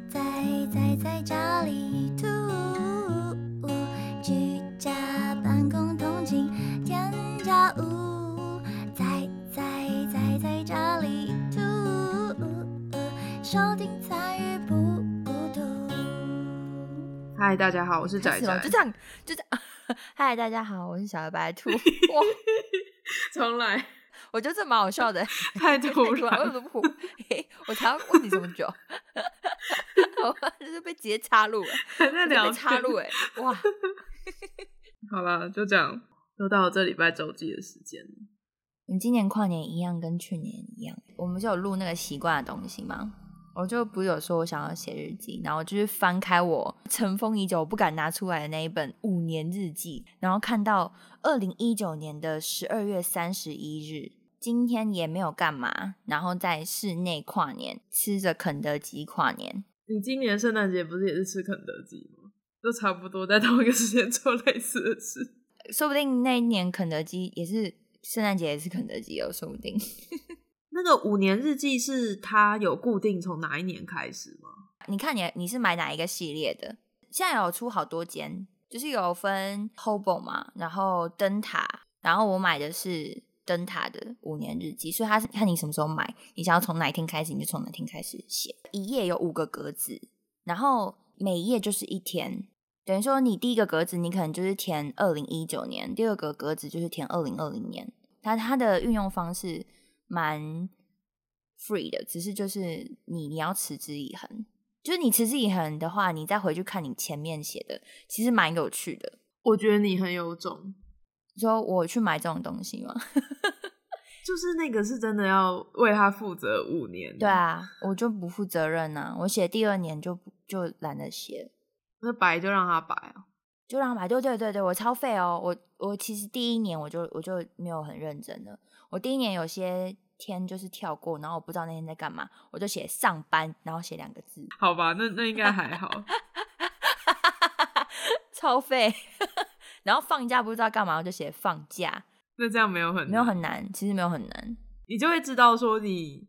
你宅在家里突兀，居家办公通勤添加物，宅宅宅在家里突兀，收听参与不孤独。嗨，大家好，我是仔开始吗仔就。这样，就这样。 嗨，大家好，我是小白兔。哇， 重 来，我觉得这蛮好笑的， 太突然我有了。点普，嘿我才要问你这么久， 我就是被直接插入了，还在我就聊被插入天 哎，哇，好啦，就这样，又到了这礼拜周记的时间了。你今年跨年一样跟去年一样，我们就有录那个习惯的东西吗？我就不是有说我想要写日记，然后就是翻开我尘封已久不敢拿出来的那一本五年日记，然后看到二零一九年的十二月三十一日，今天也没有干嘛，然后在室内跨年，吃着肯德基跨年，你今年圣诞节不是也是吃肯德基吗？就差不多在同一个时间做类似的事。说不定那一年肯德基也是圣诞节也是肯德基哦，说不定。那个五年日记是它有固定从哪一年开始吗？你看你你是买哪一个系列的？现在有出好多间，就是有分 Hobo 嘛，然后灯塔，然后我买的是灯塔的五年日记，所以它是看你什么时候买，你想要从哪一天开始，你就从哪天开始写。一页有五个格子，然后每一页就是一天。等于说，你第一个格子你可能就是填二零一九年，第二个格子就是填二零二零年。它它的运用方式蛮 free 的，只是就是你你要持之以恒，就是你持之以恒的话，你再回去看你前面写的，其实蛮有趣的。我觉得你很有种，你说我去买这种东西吗？ 就是那个是真的要为他负责五年。对，啊，我就不负责任呐、我写第二年就不就懒得写了，那白就让他白啊。就让他买。对对对对，我超废哦。我我其实第一年我就我就没有很认真了。我第一年有些天就是跳过，然后我不知道那天在干嘛，我就写上班，然后写两个字，好吧，那那应该还 好。超废。 然后放假不知道干嘛，我就写放假，那这样没有很没有难很难，其实没有很难。你就会知道说你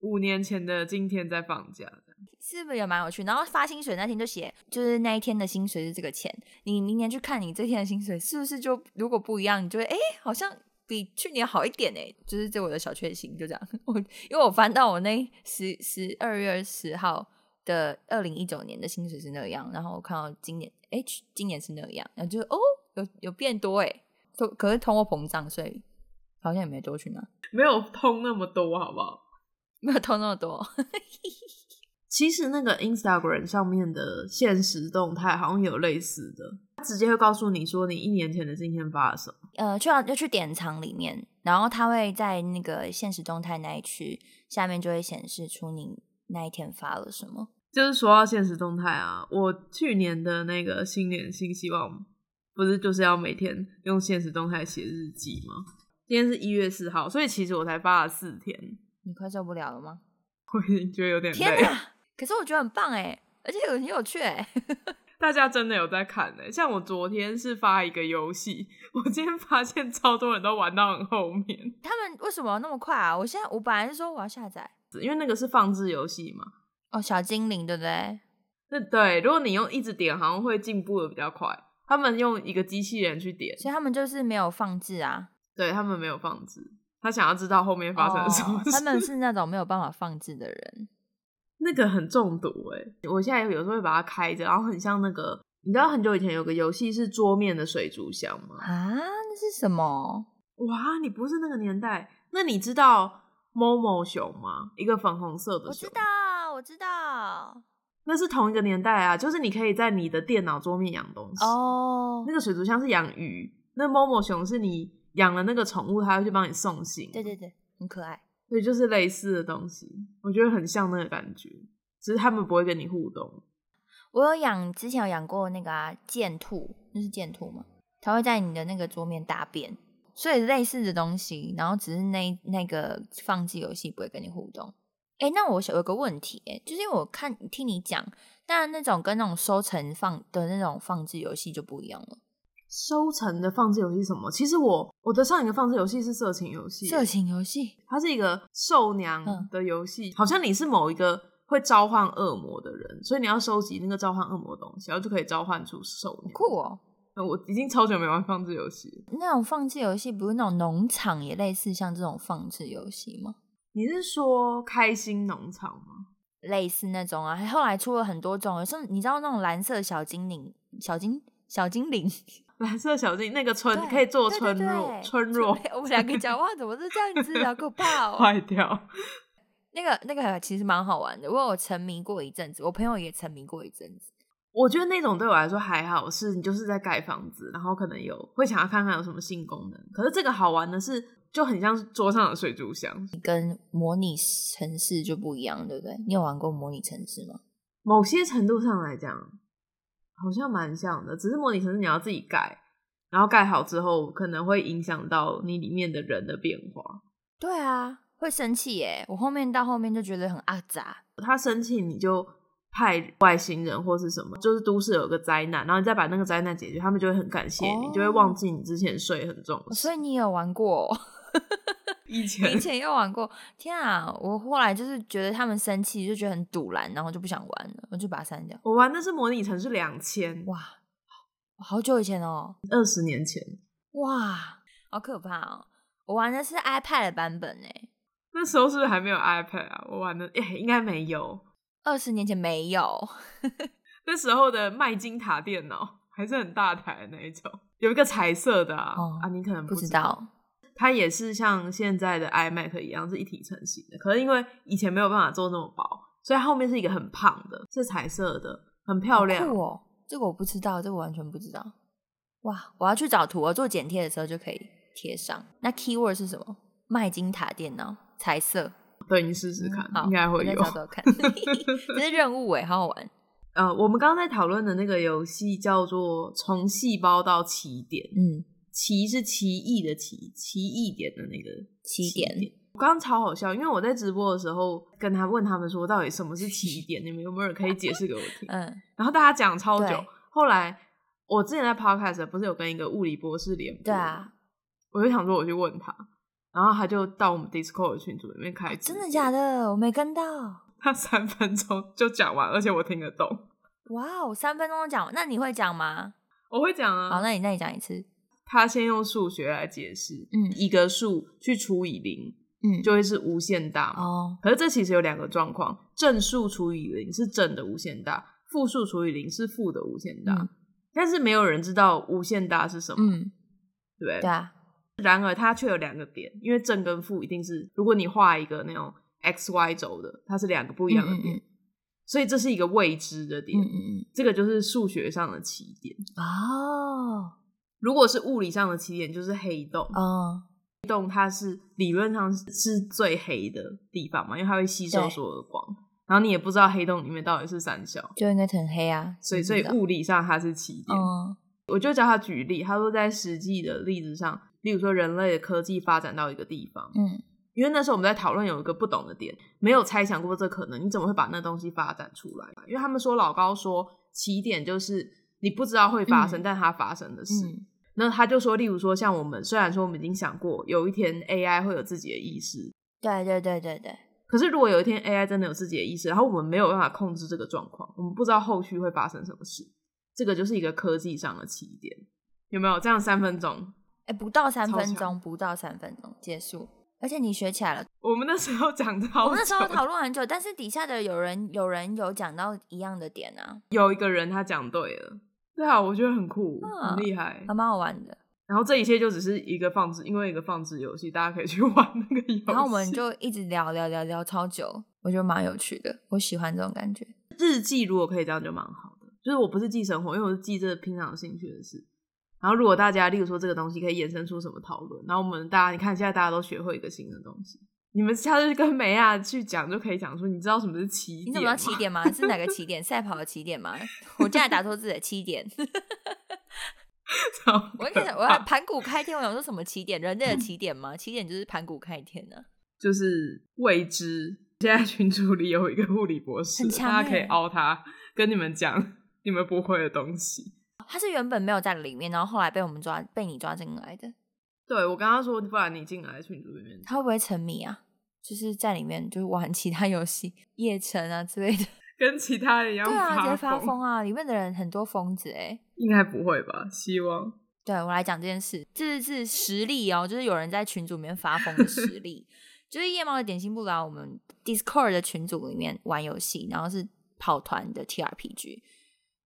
五年前的今天在放假。是不是也蛮有趣？然后发薪水那天就写，就是那一天的薪水是这个钱，你明年去看你这天的薪水是不是就如果不一样，你就会哎、诶好像比去年好一点哎、就是这我的小确幸，就这样。 我因为我翻到我那十十二月十号的二零一九年的薪水是那样，然后我看到今年哎、诶去今年是那样，然后就哦有有变多哎、就可是通货膨胀，所以好像也没多去哪， 没有通那么多，好不好？没有通那么多。其实那个 Instagram 上面的现实动态好像有类似的，它直接会告诉你说你一年前的今天发了什么。呃，去要要去典藏里面，然后它会在那个现实动态那一区下面就会显示出你那一天发了什么。就是说到现实动态啊，我去年的那个新年新希望，不是就是要每天用现实动态写日记吗？今天是一月四号，所以其实我才发了四天，你快受不了了吗？我已经觉得有点天累。哪！可是我觉得很棒哎，而且很有趣哎。 大家真的有在看呢、像我昨天是发一个游戏， 我今天发现超多人都玩到很后面。他们为什么那么快啊？我现在我本来是说我要下载因为那个是放置游戏嘛。哦，小精灵对不对？那对，如果你用一直点，好像会进步的比较快。他们用一个机器人去点，所以他们就是没有放置啊。对他们没有放置，他想要知道后面发生了什么哦事。他们是那种没有办法放置的人。 那个很中毒哎、我现在有时候会把它开着，然后很像那个，你知道很久以前有个游戏是桌面的水族箱吗？啊，那是什么？哇，你不是那个年代？那你知道某某熊吗？一个粉红色的熊，我知道，我知道。那是同一个年代啊，就是你可以在你的电脑桌面养东西哦那，个水族箱是养鱼，那某某熊是你养了那个宠物，它会去帮你送信。对对，对，很可爱。所以就是类似的东西，我觉得很像那个感觉，只是他们不会跟你互动。我有养，之前有养过那个啊，剑兔，那是剑兔吗？它会在你的那个桌面大便，所以类似的东西，然后只是那那个放置游戏不会跟你互动。哎、那我想有个问题、诶就是因为我看听你讲，但那种跟那种收成放的那种放置游戏就不一样了。收成的放置游戏是什么？其实我我的上一个放置游戏是色情游戏，色情游戏嗯它是一个兽娘的游戏，好像你是某一个会召唤恶魔的人，所以你要收集那个召唤恶魔的东西，然后就可以召唤出兽好年。酷哦！那我已经超久没玩放置游戏了，那种放置游戏，不是那种农场也类似像这种放置游戏吗？你是说开心农场吗？ 类似那种啊，后来出了很多种，有时候你知道那种蓝色小精灵、小精小精灵，蓝色小径那个村对可以做对村对落，对村落我们两个讲话怎么是这样子，好可怕哦！ 坏掉。那个那个其实蛮好玩的，我有沉迷过一阵子，我朋友也沉迷过一阵子。我觉得那种对我来说还好，是你就是在盖房子，然后可能有会想要看看有什么新功能。可是这个好玩的是，就很像桌上的水族箱，跟模拟城市就不一样，对不对？你有玩过模拟城市吗？某些程度上来讲，好像蛮像的。只是模拟城市你要自己盖，然后盖好之后可能会影响到你里面的人的变化。对啊，会生气耶！我后面到后面就觉得很阿杂，他生气你就派外星人或是什么，就是都市有个灾难，然后你再把那个灾难解决，他们就会很感谢你，哦就会忘记你之前睡很重的事。所以你有玩过哦、以 以前前也有玩过。天啊，我后来就是觉得他们生气就觉得很堵然，然后就不想玩了，我就把它删掉。我玩的是模拟城市两千，哇，好久以前哦，二十年前，哇，好可怕哦！我玩的是 iPad 的版本哎，那时候是不是还没有 iPad 啊？我玩的诶、应该没有，二十年前没有。嗯那时候的麦金塔电脑还是很大台的那一种，有一个彩色的啊，哦啊你可能不知知道，它也是像现在的 iMac 一样是一体成型的，可是因为以前没有办法做那么薄，所以它后面是一个很胖的，是彩色的，很漂亮。好酷哦！这个我不知道，这个我完全不知道。哇，我要去找图，我做剪贴的时候就可以贴上。那 keyword 是什么？麦金塔电脑彩色，对你试试看，嗯好，应该会我有再。找找看。 这是任务哎，好好玩。呃，我们刚刚在讨论的那个游戏叫做《从细胞到起点》，嗯，奇是奇异的奇，奇异点的那个起点。我刚刚超好笑，因为我在直播的时候跟他问他们说，到底什么 是起点？你们有没有人可以解释给我听？嗯，然后大家讲超久对。后来我之前在 podcast 不是有跟一个物理博士联播，对啊，我就想说我去问他，然后他就到我们 Discord 群组里面开、真的假的？的？我没跟到。他三分钟就讲完，而且我听得懂，哇哦，三分钟讲完，那你会讲吗？我会讲啊。好，那你那你讲一次。他先用数学来解释，嗯一个数去除以零，嗯，就会是无限大嘛。哦，可是这其实有两个状况：正数除以零是正的无限大，负数除以零是负的无限大。嗯但是没有人知道无限大是什么，嗯，对不对？对啊，然而它却有两个点，因为正跟负一定是，如果你画一个那种 x y 轴的，它是两个不一样的点，嗯嗯所以这是一个未知的嗯点。嗯这个就是数学上的起点。嗯，哦，如果是物理上的起点，就是黑洞。哦，黑洞它是理论上是最黑的地方嘛，因为它会吸收对所有的光，然后你也不知道黑洞里面到底是三小。就应该很黑啊，所以不知所以道物理上它是起点。嗯我就叫他举例，他说在实际的例子上，例如说人类的科技发展到一个地方，嗯因为那时候我们在讨论有一个不懂的点，没有猜想过这可能，你怎么会把那东西发展出来？因为他们说老高说起点就是你不知道会发生，但它发生的事。嗯那他就说，例如说像我们，虽然说我们已经想过有一天 AI 会有自己的意识，对对对对对，可是如果有一天 AI 真的有自己的意识，然后我们没有办法控制这个状况，我们不知道后续会发生什么事，这个就是一个科技上的起点，有没有？这样三分钟，哎，不到三超分强钟，不到三分钟结束。而且你学起来了，我们那时候讲到，我们那时候讨论很久，但是底下的有人有人有讲到一样的点啊，有一个人他讲对了，对啊，我觉得很酷，嗯很厉害还。蛮好玩的。然后这一切就只是一个放置，因为一个放置游戏，大家可以去玩那个游戏。然后我们就一直聊聊聊聊超久，我觉得蛮有趣的，我喜欢这种感觉。日记如果可以这样就蛮好的，就是我不是记生活，因为我是记这平常有兴趣的事。然后如果大家，例如说这个东西可以衍生出什么讨论，然后我们大家，你看现在大家都学会一个新的东西，你们下次跟美亚去讲就可以讲说，你知道什么是起点？你怎么要起？点吗？是哪个起点？赛跑的起点吗？我竟然打错字了，起点。我一开始我还盘古开天，我想说什么起点？人类的起点吗？起点就是盘古开天啊呢、就是未知。现在群组里有一个物理博士，很强大家可以欸凹他，跟你们讲你们不会的东西。他是原本没有在里面，然后后来被我们抓，被你抓进来的。对我跟他说，不然你进来群组里面他会不会沉迷啊？就是在里面就是玩其他游戏，夜城啊之类的。跟其他人一样对啊，直接发疯，疯啊！里面的人很多疯子哎、应该不会吧？希望对我来讲这件事，这是实例哦，就是有人在群组里面发疯的实例。就是夜猫的点心不来我们 Discord 的群组里面玩游戏，然后是跑团的 TRPG，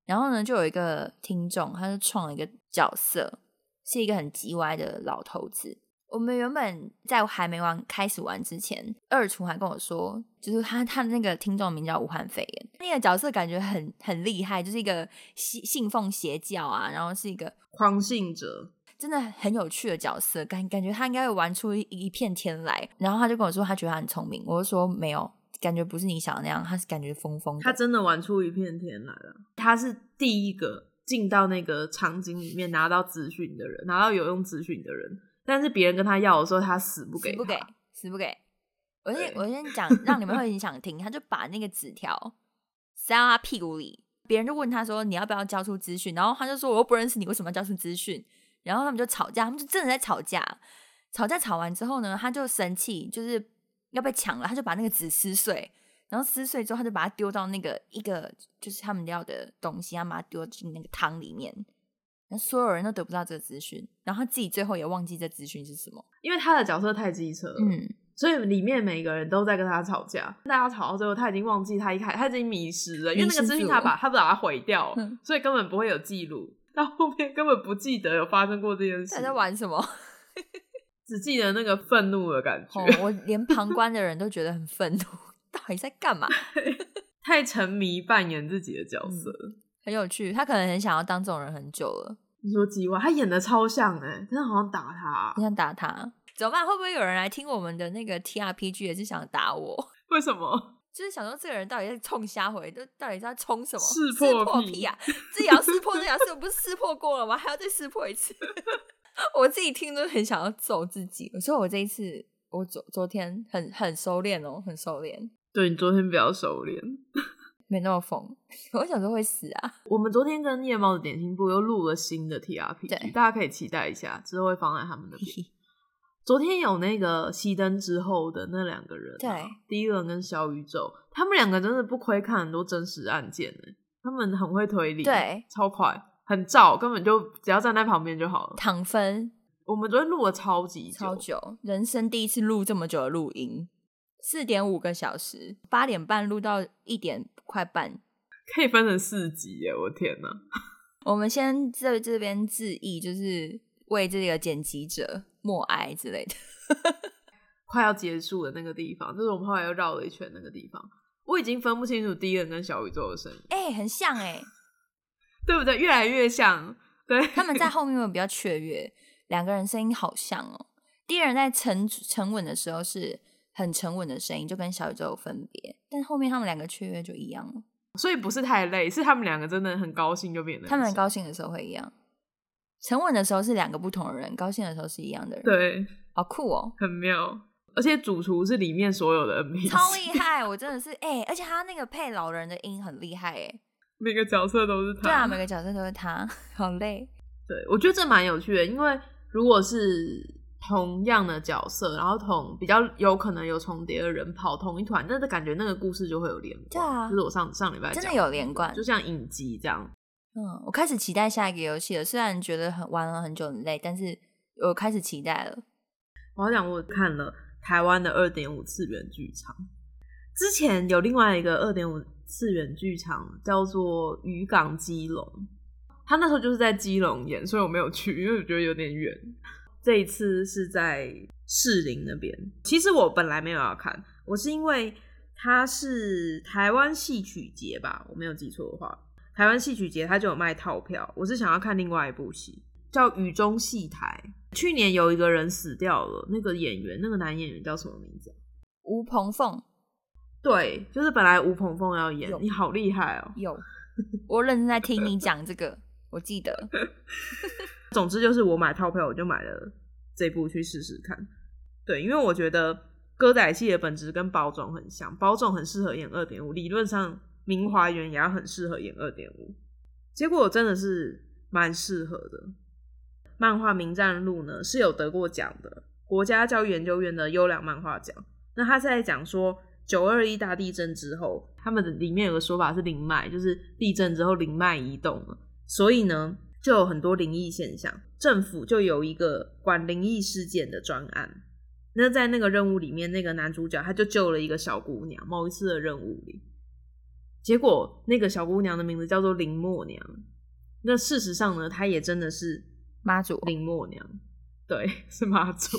然后呢就有一个听众，他就创了一个角色，是一个很叽歪的老头子。我们原本在还没玩开始玩之前，二厨还跟我说，就是他他的那个听众名叫武汉肺炎，那个角色感觉很很厉害，就是一个信信奉邪教啊，然后是一个狂信者真的很有趣的角色，感感觉他应该会玩出一一片天来。然后他就跟我说，他觉得他很聪明。我就说没有，感觉不是你想的那样，他是感觉疯疯他的。真的玩出一片天来了。他是第一个进到那个场景里面拿到资讯的人，拿到有用资讯的人。但是别人跟他要的时候，他死不给死他，不给，死不给。我先对我先讲，让你们会很想听。他就把那个纸条塞到他屁股里，别人就问他说：“你要不要交出资讯？”然后他就说：“我又不认识你，为什么要交出资讯？”然后他们就吵架，他们就真的在吵架。吵架吵完之后呢，他就生气，就是要被抢了，他就把那个纸撕碎，然后撕碎之后，他就把它丢到那个一个就是他们要的东西，他把它丢进那个汤里面。然后所有人都得不到这个资讯，然后他自己最后也忘记这资讯是什么。因为他的角色太机车了。嗯，所以里面每个人都在跟他吵架，大家吵到最后，他已经忘记他一开，他已经迷失了，因为那个迷失资讯自他我把他把它毁掉嗯，所以根本不会有记录，到后面根本不记得有发生过这件事他，在玩什么？只记得那个愤怒的感觉哦，，我连旁观的人都觉得很愤怒，到底在干嘛？ 太沉迷扮演自己的角嗯色了。很有趣，他可能很想要当这种人很久了，你说叽歪，他演的超像哎、真的好像打他啊、很想打他。怎么办？会不会有人来听我们的那个 T R P G 也是想打我？ 为什么？就是想说这个人到底在冲瞎回，都到底在冲什么？撕撕破破屁屁啊！自己要撕破，自己要撕，我不是撕破过了吗？还要再撕破一次？ 我自己听都很想要揍自己。所以我这一次，我昨昨天很很收敛哦，很收敛， 对你昨天比较熟练。没那么疯。 我想说会死啊。我们昨天跟夜猫的点心部又录了新的 T R P，对大家可以期待一下，之后会放在他们那边。昨天有那个熄灯之后的那两个人、啊，对，第一轮跟小宇宙，他们两个真的不亏看很多真实案件呢、他们很会推理，对，超快，很照，根本就只要站在旁边就好了。躺分我们昨天录了超级久，超久，人生第一次录这么久的录音，四点五个小时，八点半录到一点快半。可以分成四集耶、我天哪！我们先在这边致意，就是为这个剪辑者默哀之类的。 快要结束的那个地方，就是我们后来又绕了一圈那个地方，我已经分不清楚第一轮跟小宇宙的声音，哎、很像 哎、对不对？越来越像，对，他们在后面会比较雀跃，两个人声音好像哦。第一人在沉沉稳的时候是很沉稳的声音，就跟小宇宙有分别，但后面他们两个雀跃就一样了。所以不是太累，是他们两个真的很高兴就变得他们很高兴的时候会一样，沉稳的时候是两个不同的人，高兴的时候是一样的人。，对。好酷哦，很妙。而且主厨是里面所有的 NPC，超厉害！我真的是哎、而且他那个配老人的音很厉害哎。每个角色都是他。对啊，每个角色都是他，好累。对我觉得这蛮有趣的，因为如果是同样的角色，然后同比较有可能有重叠的人跑同一团，那感觉那个故事就会有连贯。对啊就是我上上礼拜真的讲有连贯就像影集这样。嗯，我开始期待下一个游戏了，虽然觉得很玩了很久很累，但是我开始期待了。我要讲，我看了台湾的二点五次元剧场，之前有另外一个二点五次元剧场叫做渔港基隆，他那时候就是在基隆演，所以我没有去，因为我觉得有点远。这一次是在士林那边，其实我本来没有要看，我是因为它是台湾戏曲节吧，我没有记错的话，台湾戏曲节它就有卖套票，我是想要看另外一部戏叫《雨中戏台》。去年有一个人死掉了，那个演员，那个男演员叫什么名字啊？吴鹏凤对，就是本来吴鹏凤要演有，你好厉害哦！ 有，我认真在听你讲这个，我记得总之就是我买套票，我就买了这部去试试看。对，因为我觉得歌仔戏的本质跟包种很像，包种很适合演二点五，理论上明华园也要很适合演二点五。结果真的是蛮适合的。漫画《名战录》呢是有得过奖的，国家教育研究院的优良漫画奖。那他是在讲说九二一大地震之后，他们的里面有个说法是灵脉，就是地震之后灵脉移动了，所以呢就有很多灵异现象。政府就有一个管灵异事件的专案。那在那个任务里面，那个男主角他就救了一个小姑娘。某一次的任务里，结果那个小姑娘的名字叫做林默娘。那事实上呢，她也真的是妈祖林默娘，对，是妈 祖，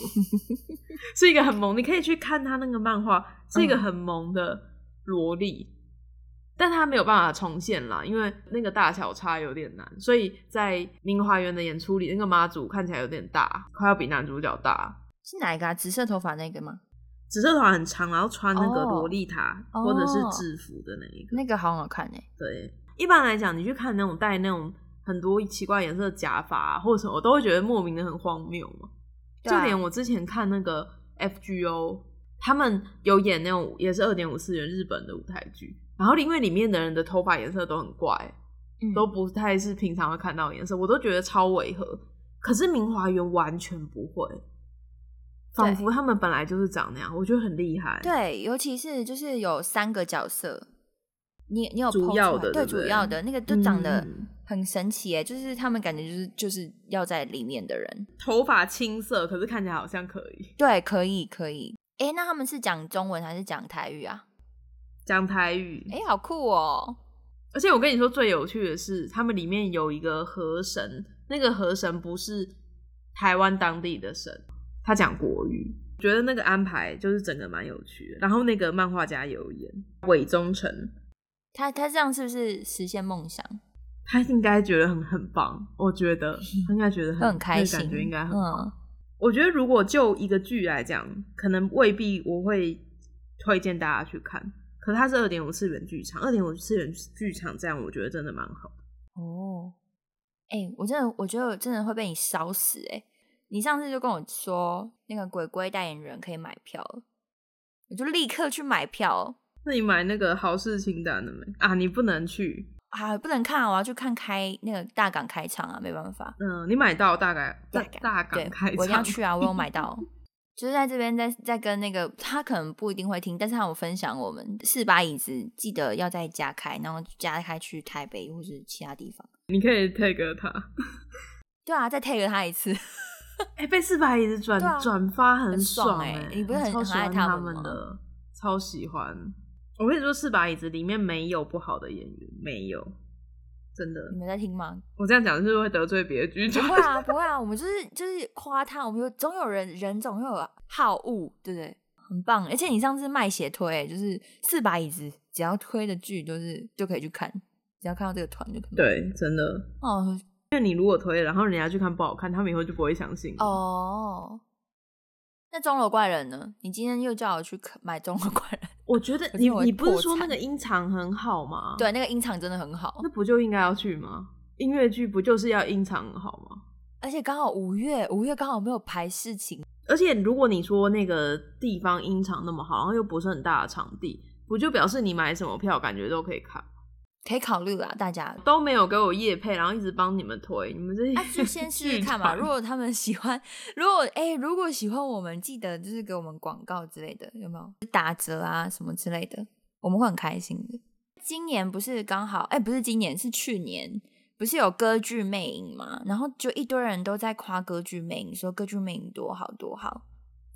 是一个很萌。你可以去看她那个漫画，是嗯一个很萌的萝莉，但她没有办法重现啦，因为那个大小差有点难，所以在明华园的演出里，那个妈祖看起来有点大，快要比男主角大。是哪一个啊？紫色头发那个吗？紫色头发很长，然后穿那个哦洛丽塔、哦或者是制服的那一个。那个好好看哎、对，一般来讲，你去看那种戴那种很多奇怪颜色的假发、啊、或者什么，我都会觉得莫名的很荒谬嘛。对啊就连我之前看那个 FGO，他们有演那种也是二点五次元日本的舞台剧，然后因为里面的人的头发颜色都很怪，嗯都不太是平常会看到的颜色，我都觉得超违和。可是明华园完全不会，仿佛他们本来就是长那样，我觉得很厉害。对，尤其是就是有三个角色，你你有主 po 出要来的对对不对主要的那个就长得嗯很神奇哎、就是他们感觉就是就是要在里面的人，头发青色，可是看起来好像可以对，可以可以。哎、那他们是讲中文还是讲台语啊？讲台语。哎、好酷哦！而且我跟你说，最有趣的是，他们里面有一个河神，那个河神不是台湾当地的神，他讲国语。觉得那个安排就是整个蛮有趣的。然后那个漫画家也有演韦忠诚，他他这样是不是实现梦想？他应该觉得很很棒，我觉得他应该觉得很会嗯很开嗯心，那个感觉应该很棒。嗯，我觉得如果就一个剧来讲，可能未必我会推荐大家去看。可是它是二点五次元剧场，二点五次元剧场这样，我觉得真的蛮好。哦，哎、我真的，我觉得我真的会被你烧死哎、你上次就跟我说那个鬼鬼代言人可以买票了，我就立刻去买票哦那你买那个好事清单了没啊？你不能去，啊！不能看啊，我要去看开那个大港开场啊，没办法，嗯、你买到大概大大对港开，我一定场，要去啊！我有买到，就是在这边在在跟那个他可能不一定会听，但是他有分享我们四把椅子记得要再加开，然后加开去台北或是其他地方。 你可以 take 他。对啊，再 tag 他一次。哎、被四百椅子转对啊转、发很爽爽欸欸你不是我很超喜很爱欢他他们吗的，超喜欢。我跟你说，四把椅子里面没有不好的演员，没有，真的。你们在听吗？ 我这样讲是不是会得罪别的剧 不场？会啊，不会啊，我们就是就是夸他，我们有总有人人总有好恶，对不对？很棒，而且你上次卖血推、就是四把椅子，只要推的剧都是就可以去看，只要看到这个团就可以。，对，真的。哦因为你如果推了，然后人家去看不好看，他们以后就不会相信。，哦，那钟楼怪人呢？你今天又叫我去看买钟楼怪人， 我觉得可是你我会你不是破说那产个音场很好吗？，对，那个音场真的很 好那，不就应该要去吗？音乐剧不就是要音场很好吗？而且刚好五月，五月刚好没有排事情，而且如果你说那个地方音场那么好，然后又不是很大的场地，不就表示你买什么票感觉都可以看，可以考虑啦，大家。都没有给我业配，然后一直帮你们推，你们这些、 啊，就先试试看嘛。如果他们喜欢，如果哎、如果喜欢我们，记得就是给我们广告之类的，有没有打折啊什么之类的，我们会很开心的。今年不是刚好哎、不是今年是去年，不是有歌剧魅影嘛？然后就一堆人都在夸歌剧魅影，说歌剧魅影多好多好。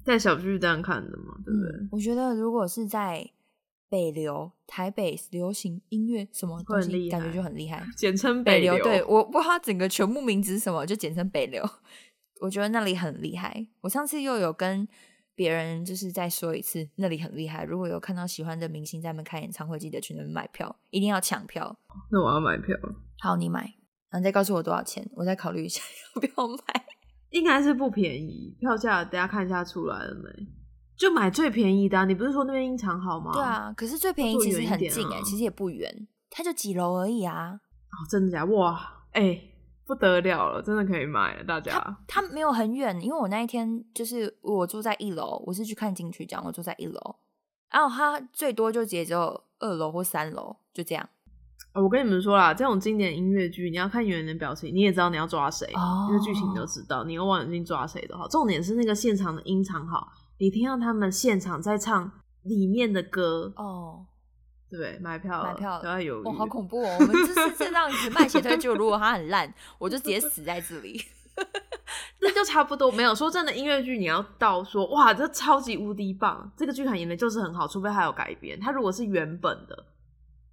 在小巨蛋看的嘛，对不对？嗯，我觉得如果是在北流台北流行音乐什么东会很西，厉感觉害就很厉害。简称北流，对，我不知道它整个全部名字是什么，就简称北流。 我觉得那里很厉害。我上次又有跟别人就是再说一次，那里很厉害。如果有看到喜欢的明星在那边开演唱会，记得去那边买票，一定要抢票。那我要买票了。好，你买，然后再告诉我多少钱，我再考虑一下 要不 要买。应该是不便宜，票价等一下看一下出来了没？就买最便宜的啊、你不是说那边音场好吗？对，啊，可是最便宜住其实远一很点近哎、啊其实也不远，它就几楼而已啊。哦，真的假的？哇，哎、不得了了，真的可以买了，大家。它没有很远，因为我那一天就是我住在一楼，我是去看金曲奖，我住在一楼，然后它最多就也只有二楼或三楼，就这样。哦我跟你们说啦，这种经典音乐剧，你要看演员的表情，你也知道你要抓谁，哦那个剧情你都知道，你用望远镜抓谁都好。重点是那个现场的音场好，你听到他们现场在唱里面的歌，哦，对，买票买票不要犹豫，哇，好恐怖哦！我们就是 这样子卖鞋推，就如果它很烂，我就直接死在这里。那就差不多没有。说真的，音乐剧你要到说哇，这超级无敌棒，这个剧团演的就是很好，除非它有改编。它如果是原本的，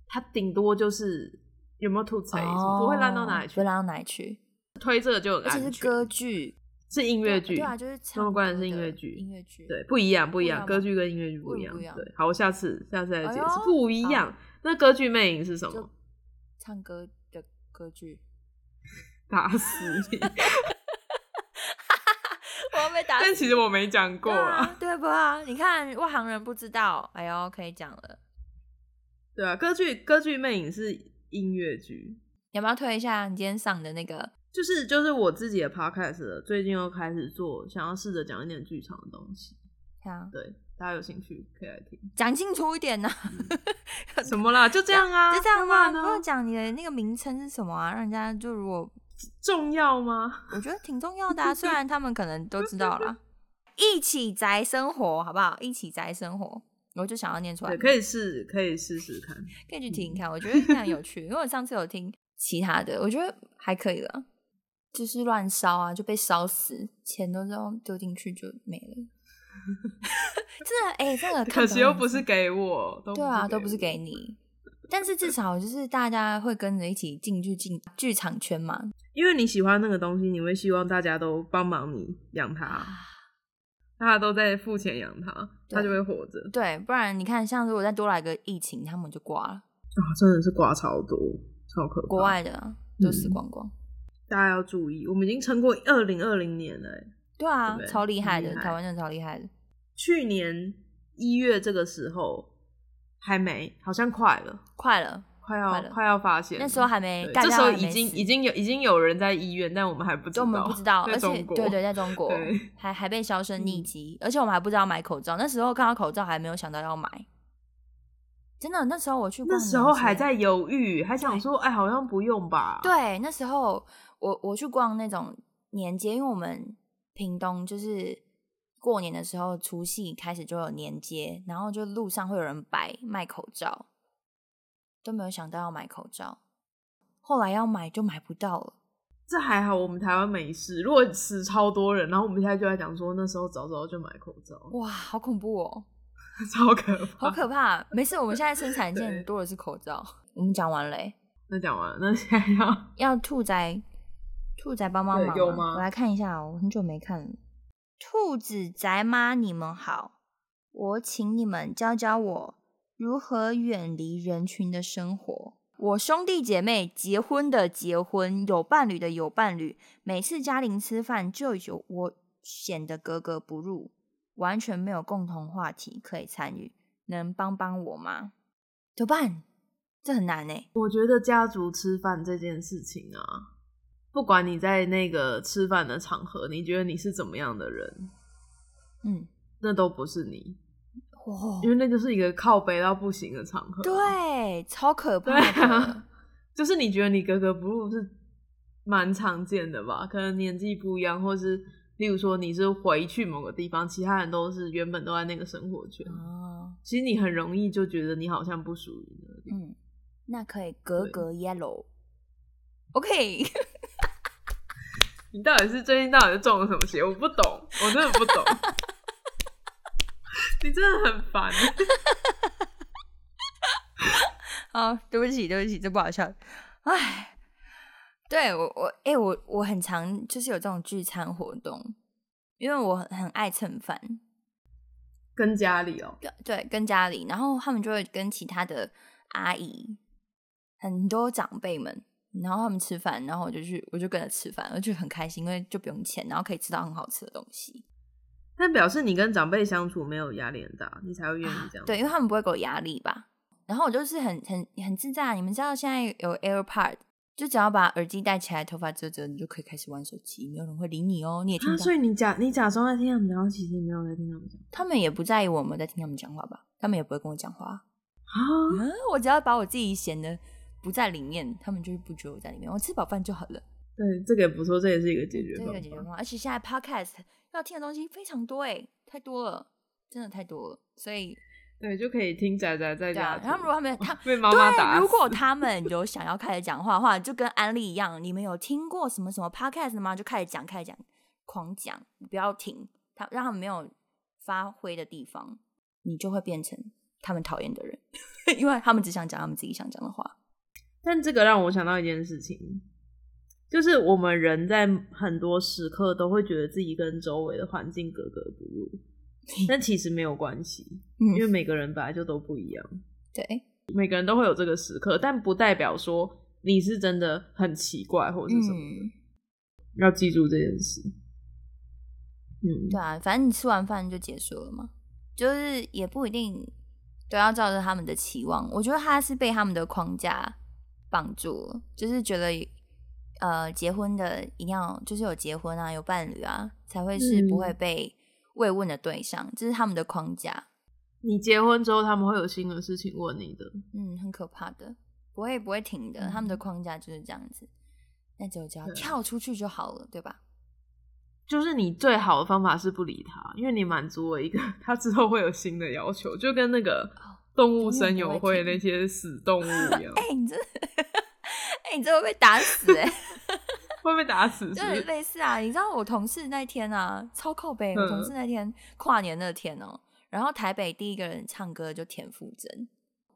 它顶多就是有没有吐槽，哦不会烂到哪里不去会。烂到哪里去，推这个就很哦而安且全，是歌剧，是音乐剧，对啊，就是那么唱关歌键是音乐的剧音乐剧，对，不一样，不一不一样样，吗嗯歌剧跟音乐剧不一样。不一样对，好，我下次下次再解释，哎呦不一样。那歌剧魅影是什么就？唱歌的歌剧， 打死 你！我要被打但死。其实我没讲过对啊。啊，对吧？你看外行人不知道，哎呦，可以讲了。对啊，歌剧歌剧魅影是音乐剧，你要不要推一下你今天上的那个？就是就是我自己的 podcast 了，最近又开始做，想要试着讲一点剧场的东西。啊，对，大家有兴趣可以来听。讲清楚一点呐、什么啦？就这样啊？就这样干吗？嘛跟我呢？讲你的那个名称是什么啊？让人家就如果重要吗？我觉得挺重要的、啊，虽然他们可能都知道 啦。一起宅生活，好不好？一起宅生活，我就想要念出来对，，可以嗯试，可以试试看。可以去听听看，我觉得非常有趣。因为我上次有听其他的，我觉得还可以了，就是乱烧啊，就被烧死，钱都这样丢进去就没 了。 真的，哎、这个可看惜表又演不是给我，都对啊，都不是我给你，但是至少就是大家会跟着一起进去进剧场圈嘛。因为你喜欢那个东西，你会希望大家都帮忙你养啊它，大家都在付钱养它，对它就会活着。对，不然你看，像如果再多来个疫情，他们就挂了。啊，真的是瓜超多，超可怕。国外的啊都嗯死光光。大家要注意，我们已经撑过二零二零年了欸、对啊，对不对超厉害很的，厉害台湾真的超厉害的。去年一月这个时候还没，好像快了，快了，快快要了快要发现了。那时候还没，对大这家时候还已没经死已经有已经有人在医院，但我们还不知就道，我们不知道，在而且中国对对，在 中国对还还被销声匿嗯迹，而且我们还不知道买口罩。那时候看到口罩还没有想到要买，真的，那时候我去那逛时年候街还在犹豫，还想说，哎，好像不用吧？，对，那时候我我去逛那种年街，因为我们屏东就是过年的时候，除夕开始就有年街，然后就路上会有人摆卖口罩，都没有想到要买口罩，后来要买就买不到了。这还好，我们台湾没事。如果死超多人，然后我们现在就在讲说，那时候早早就买口罩， 哇，好恐怖哦，超可怕。好可怕！啊没事，我们现在生产线啊 对多的是口罩。 我们讲完嘞、欸那讲完了，那现在要要兔仔，兔仔帮帮对忙有吗吗我来看一下哦，我很久没看了。兔子宅妈，你们好，我请你们教教我如何远离人群的生活。我兄弟姐妹结婚的结婚，有伴侣的有伴侣，每次家庭吃饭就有我显得格格不入，完全没有共同话题可以参与，能帮帮我吗？怎么办？这很难呢、欸我觉得家族吃饭这件事情啊，不管你在那个吃饭的场合，你觉得你是怎么样的人，嗯，那都不是你，哇、因为那就是一个靠背到不行的场合。，对，超可怕对的。啊 就是你觉得你格格不入是蛮常见的吧？可能年纪不一样，或是例如说你是回去某个地方，其他人都是原本都在那个生活圈，哦其实你很容易就觉得你好像不属于那里。嗯，那可以格对格 yellow。OK， 你到底是最近到底是中了什么邪？我不懂，我真的不懂。 你真的很烦，好，对不起，对不起，这不好笑。哎，对我我哎、我我很常就是有这种聚餐活动，因为我很很爱蹭饭，跟家里哦、对对，跟家里，然后他们就会跟其他的阿姨，很多长辈们，然后他们吃饭，然后我就去我就跟着吃饭，我就很开心，因为就不用钱，然后可以吃到很好吃的东西。但表示你跟长辈相处没有压力很大，你才会愿意这样。对，因为他们不会给我压力吧。然后我就是很很很自在啊。你们知道现在有 AirPod，就只要把耳机戴起来，头发遮遮，你就可以开始玩手机，没有人会理你哦。你也听啊，到，所以你假你假装在听他们讲，其实你没有在听他们讲他们也不在意我们在听他们讲话吧？他们也不会跟我讲话。啊。嗯，我只要把我自己显得不在里面，他们就是不觉得我在里面。我吃饱饭就好了，对，这个也不错，这也是一个解嗯这决这方个解决法方。法。而且现在 Podcast 要听的东西非常多哎，太多了。真的太多了，所以对，就可以听仔仔在对家啊里。。然后如果他们他 被妈妈打对，死，如果他们有想要开始讲话的话，就跟安利一样，你们有听过什么什么 podcast 吗？就开始讲，开始讲，狂讲，不要停，他让他们没有发挥的地方，你就会变成他们讨厌的人， 因为他们只想讲他们自己想讲的话。但这个让我想到一件事情，就是我们人在很多时刻都会觉得自己跟周围的环境格格不 入，但其实没有关系，嗯因为每个人本来就都不一样，对，每个人都会有这个时刻，但不代表说你是真的很奇怪或者是什么，嗯，要记住这件事。嗯，对啊，反正你吃完饭就结束了嘛，就是也不一定都要照着他们的期望。我觉得他是被他们的框架绑住了，就是觉得呃，结婚的一定要就是有结婚啊，有伴侣啊，才会是不会嗯被慰问的对象，这是他们的框架，你结婚之后他们会有新的事情问你的，嗯，很可怕的，不会不会停的，他们的框架就是这样子。那就只要嗯对啊跳出去就好了，对吧？ 就是你最好的方法是不理他，因为你满足了一个， 他之后会有新的要求，就跟那个哦动物森友会那些死动物一样， 哎、你这，哎、你这会被打死哎、会被打死是就不是是？类似啊，你知道我同事那天啊，超靠北。我同事那天跨年那天哦，然后台北第一个人唱歌就田馥甄，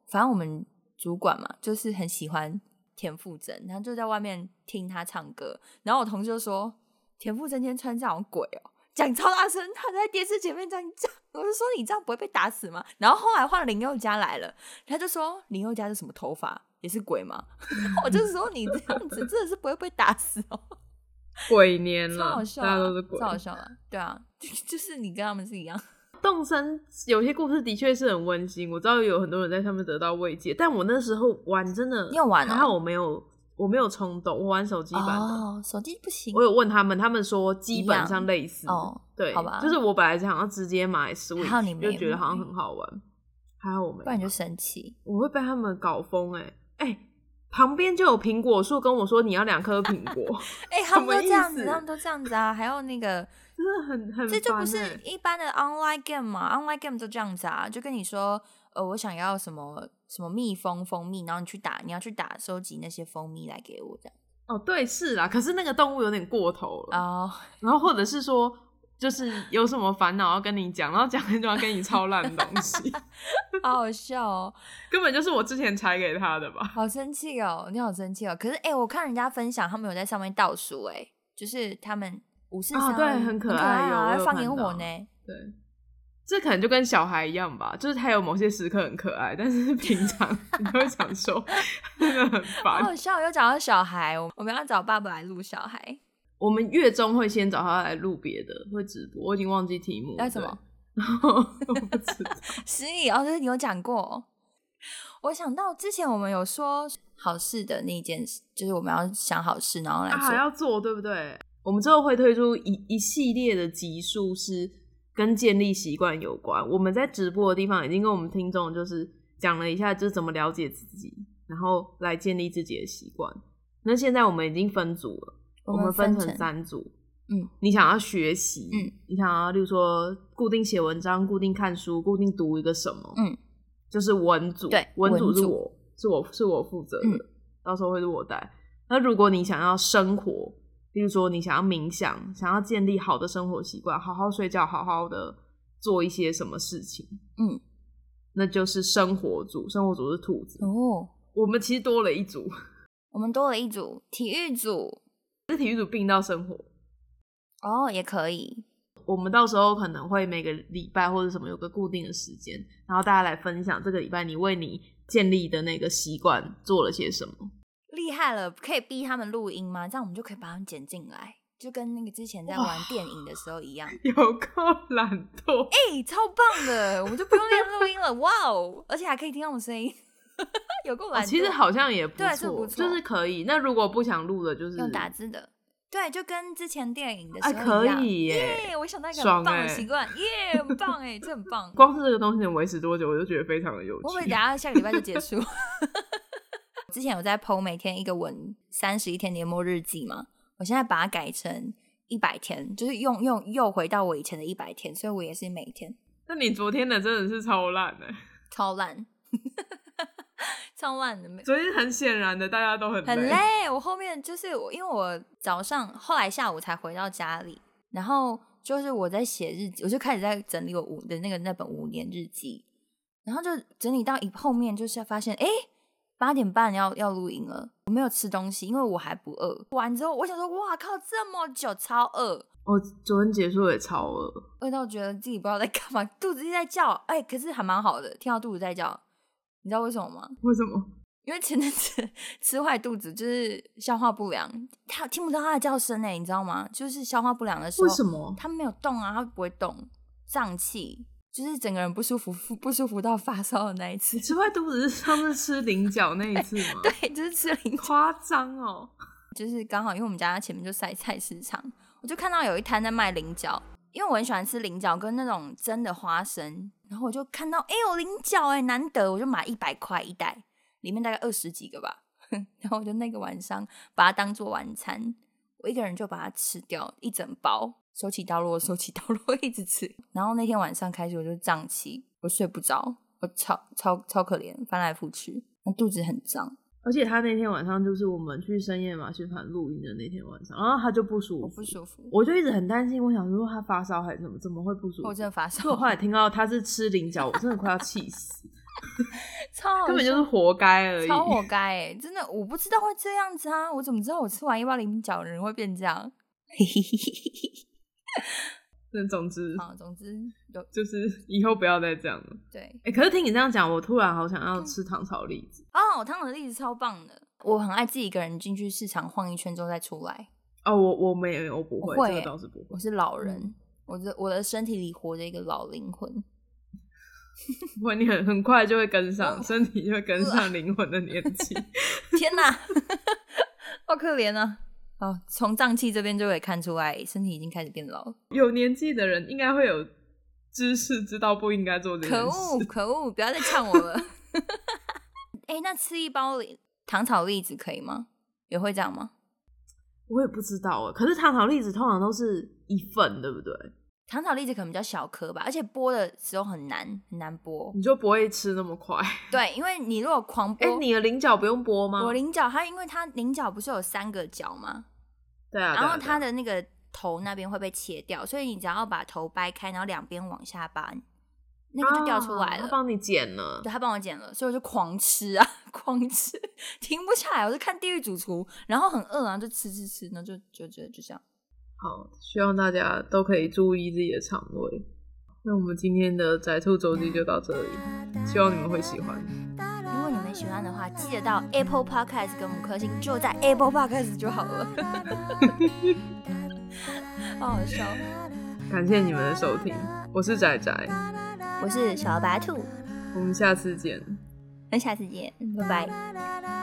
反正我们主管嘛，就是很喜欢田馥甄，他就在外面听他唱歌，然后我同事就说田馥甄今天穿这样有鬼哦。讲超大声，他在电视前面这样讲，我就说你这样不会被打死吗？然后后来换林宥嘉来了，他就说林宥嘉是什么头发，也是鬼吗？ 我就说你这样子真的是不会被打死哦。鬼年超了好，笑、啊，大家都是鬼超。好笑啊！对啊， 就就是你跟他们是一样，动森有些故事的确是很温馨，我知道有很多人在上面得到慰藉，但我那时候玩真的，你有玩哦还好我没有，我没有冲动，我玩手机版的。哦，手机不行我有问他们，他们说基本一上类似，哦，对，好吧就是我本来想要直接买 Switch，还好你没就觉得买好像很好玩，还好我没买，不然你就生气。我会被他们搞疯哎、哎、旁边就有苹果树跟我说你要两颗苹 果，哎、他什们么都意这样子，思他们都这样子啊！还有那个，真的很 很、欸、这就不是一般的 online game 嘛，online game 都这样子啊，就跟你说，呃，我想要什么什么蜜蜂蜂蜜，然后你去打，你要去打收集那些蜂蜜来给我这样。哦，对，是啦，可是那个动物有点过头了， 哦，然后或者是说。就是有什么烦恼要跟你讲，然后讲完就要跟你超烂的东西， 好好笑哦，根本就是我之前拆给他的吧？好生气哦，你好生气哦。可是哎、我看人家分享，他们有在上面倒数，哎，就是他们五四啊三，对很可可爱有我啊，有放看烟火到呢。对，这可能就跟小孩一样吧，就是他有某些时刻很可爱，但是平常 你都会想说 真的很好烦。好笑，又找到小孩，我我们要找爸爸来录小孩，我们月中会先找他来录别的，会直播，我已经忘记题目要什么？对 我不知道。 失忆哦，就是你有讲过。我想到之前我们有说好事的那件事，就是我们要想好事，然后来做。啊，要做对不对？我们之后会推出一一系列的集数，是跟建立习惯有关。我们在直播的地方已经跟我们听众就是讲了一下，就是怎么了解自己，然后来建立自己的习惯。那现在我们已经分组了，我我们们分分成成三组。嗯，你想要学习，嗯，你想要，例如说固定写文章、固定看书、固定读一个什么，嗯，就是文组，对文文组是组我是我是我负责的，嗯到时候会是我带。那如果你想要生活，例如说你想要冥想，想要建立好的生活习惯，好好睡觉，好好的做一些什么事情，嗯，那就是生活组，生活组是兔子。哦，我们其实多了一组，我们多了一组体育组这体育组并到生活。哦，也可以。我们到时候可能会每个礼拜或者什么有个固定的时间，然后大家来分享这个礼拜你为你建立的那个习惯做了些什么。厉害了，可以逼他们录音吗？这样我们就可以把他们剪进来，就跟那个之前在玩电影的时候一样。 有够懒惰，哎、超棒的，我们就不用练录音了，哇哦！而且还可以听到我们声音， 有够懒、其实好像也不对是错，不错就是可以。那如果不想录的，就是用打字的，对，就跟之前电影的哎时候一样。可以耶耶！我想到一个爽很棒的哎 习惯，耶，很棒哎，这很棒。光是这个东西能维持多久，我就觉得非常的有我们趣等。下下个礼拜就结束。 之前有在 PO 每天一个文，三十一天年末日记嘛，我现在把它改成一百天，就是用用又回到我以前的一百天，所以我也是每天。那你昨天的真的是超烂欸的、超烂， 超烂的，没 昨天很显然的，大家都很很累。累。我后面就是我，因为我早上后来下午才回到家里，然后就是我在写日记，我就开始在整理我五的那个那本五年日记，然后就整理到一后面，就是发现哎。诶八点半要要录影了，我没有吃东西，因为我还不饿。完之后，我想说，哇靠，这么久超饿，我哦昨天结束也超饿，饿到觉得自己不知道在干嘛，肚子一直在叫，哎、可是还蛮好的，听到肚子在叫，你知道为什么吗？为什么？因为前阵子 吃坏肚子，就是消化不良，他听不到他的叫声哎，你知道吗？就是消化不良的时候，为什么？他没有动啊？他不会动，胀气，就是整个人不舒服，不不舒服到发烧的那一次 你。吃坏肚子是上次吃菱角那一次吗？，对，就是吃零夸张哦。就是刚好因为我们家前面就塞菜市场，我就看到有一摊在卖菱角，因为我很喜欢吃菱角跟那种蒸的花生，然后我就看到哎、有菱角哎、难得，我就买一百块一袋，里面大概二十几个吧，然后我就那个晚上把它当做晚餐，我一个人就把它吃掉一整包，手起刀落，手起刀落， 一直吃。然后那天晚上开始我就胀气，我睡不着，我超超超可怜，翻来覆去，肚子很胀，而且他那天晚上就是我们去深夜马戏团录音的那天晚上，然后他就不舒我服不，舒服，我就一直很担心，我想说他发烧还是怎么，怎么会不舒服？我真的发烧所以我。后来听到他是吃菱角，我真的快要气 死，超好根本就笑是活该而已。超活该哎、真的我不知道会这样子啊！我怎么知道我吃完一包菱角的人会变 这样？那总之好，总之有就是以后不要再这样了。对哎、可是听你这样讲，我突然好想嗯要吃糖炒栗子。哦，汤的栗子超棒的，我很爱自己一个人进去市场晃一圈之后再出来。哦，我我没有，我不我会，会这欸个倒是不我会。是老嗯人，我的我的身体里活着一个老灵魂。不会，你很很快就会跟上，我身体就会跟 上灵魂的年纪。天哪， 好可怜啊！哦，从胀气这边就可以看出来，身体已经开始变老了。有年纪的人应该会有知识，知道不应该做这件可事。 恶，可恶！不要再呛我了。 哎、那吃一包梨糖炒栗子可以吗？也会这样吗？我也不知道啊。可是糖炒栗子通常都是一份，对不对？糖炒栗子可能比较小颗吧，而且剥的时候很难，很难剥。你就不会吃那么快。对，因为你如果狂哎、剥，你的菱角不用剥吗？啊我菱角它因为它菱角不是有三个角吗？对啊，然后对啊它的那个头那边会被切掉，所以你只要把头掰开，然后两边往下扳，那个就掉出来啊了。他帮你剪了对，。他帮我剪了，所以我就狂吃啊， 狂吃，停不下来。我就看《地狱主厨》，然后很饿，然后就吃吃吃，然后就就就就这样。好，希望大家都可以注意自己的肠胃。那我们今天的宅兔周记就到这里，希望你们会喜欢。如果你们喜欢的话，记得到 Apple Podcast 给我们五颗星，就在 Apple Podcast 就好了。 好好笑，感谢你们的收听，我是仔仔，我是小白兔，我们下次见。那下次见，拜拜。拜。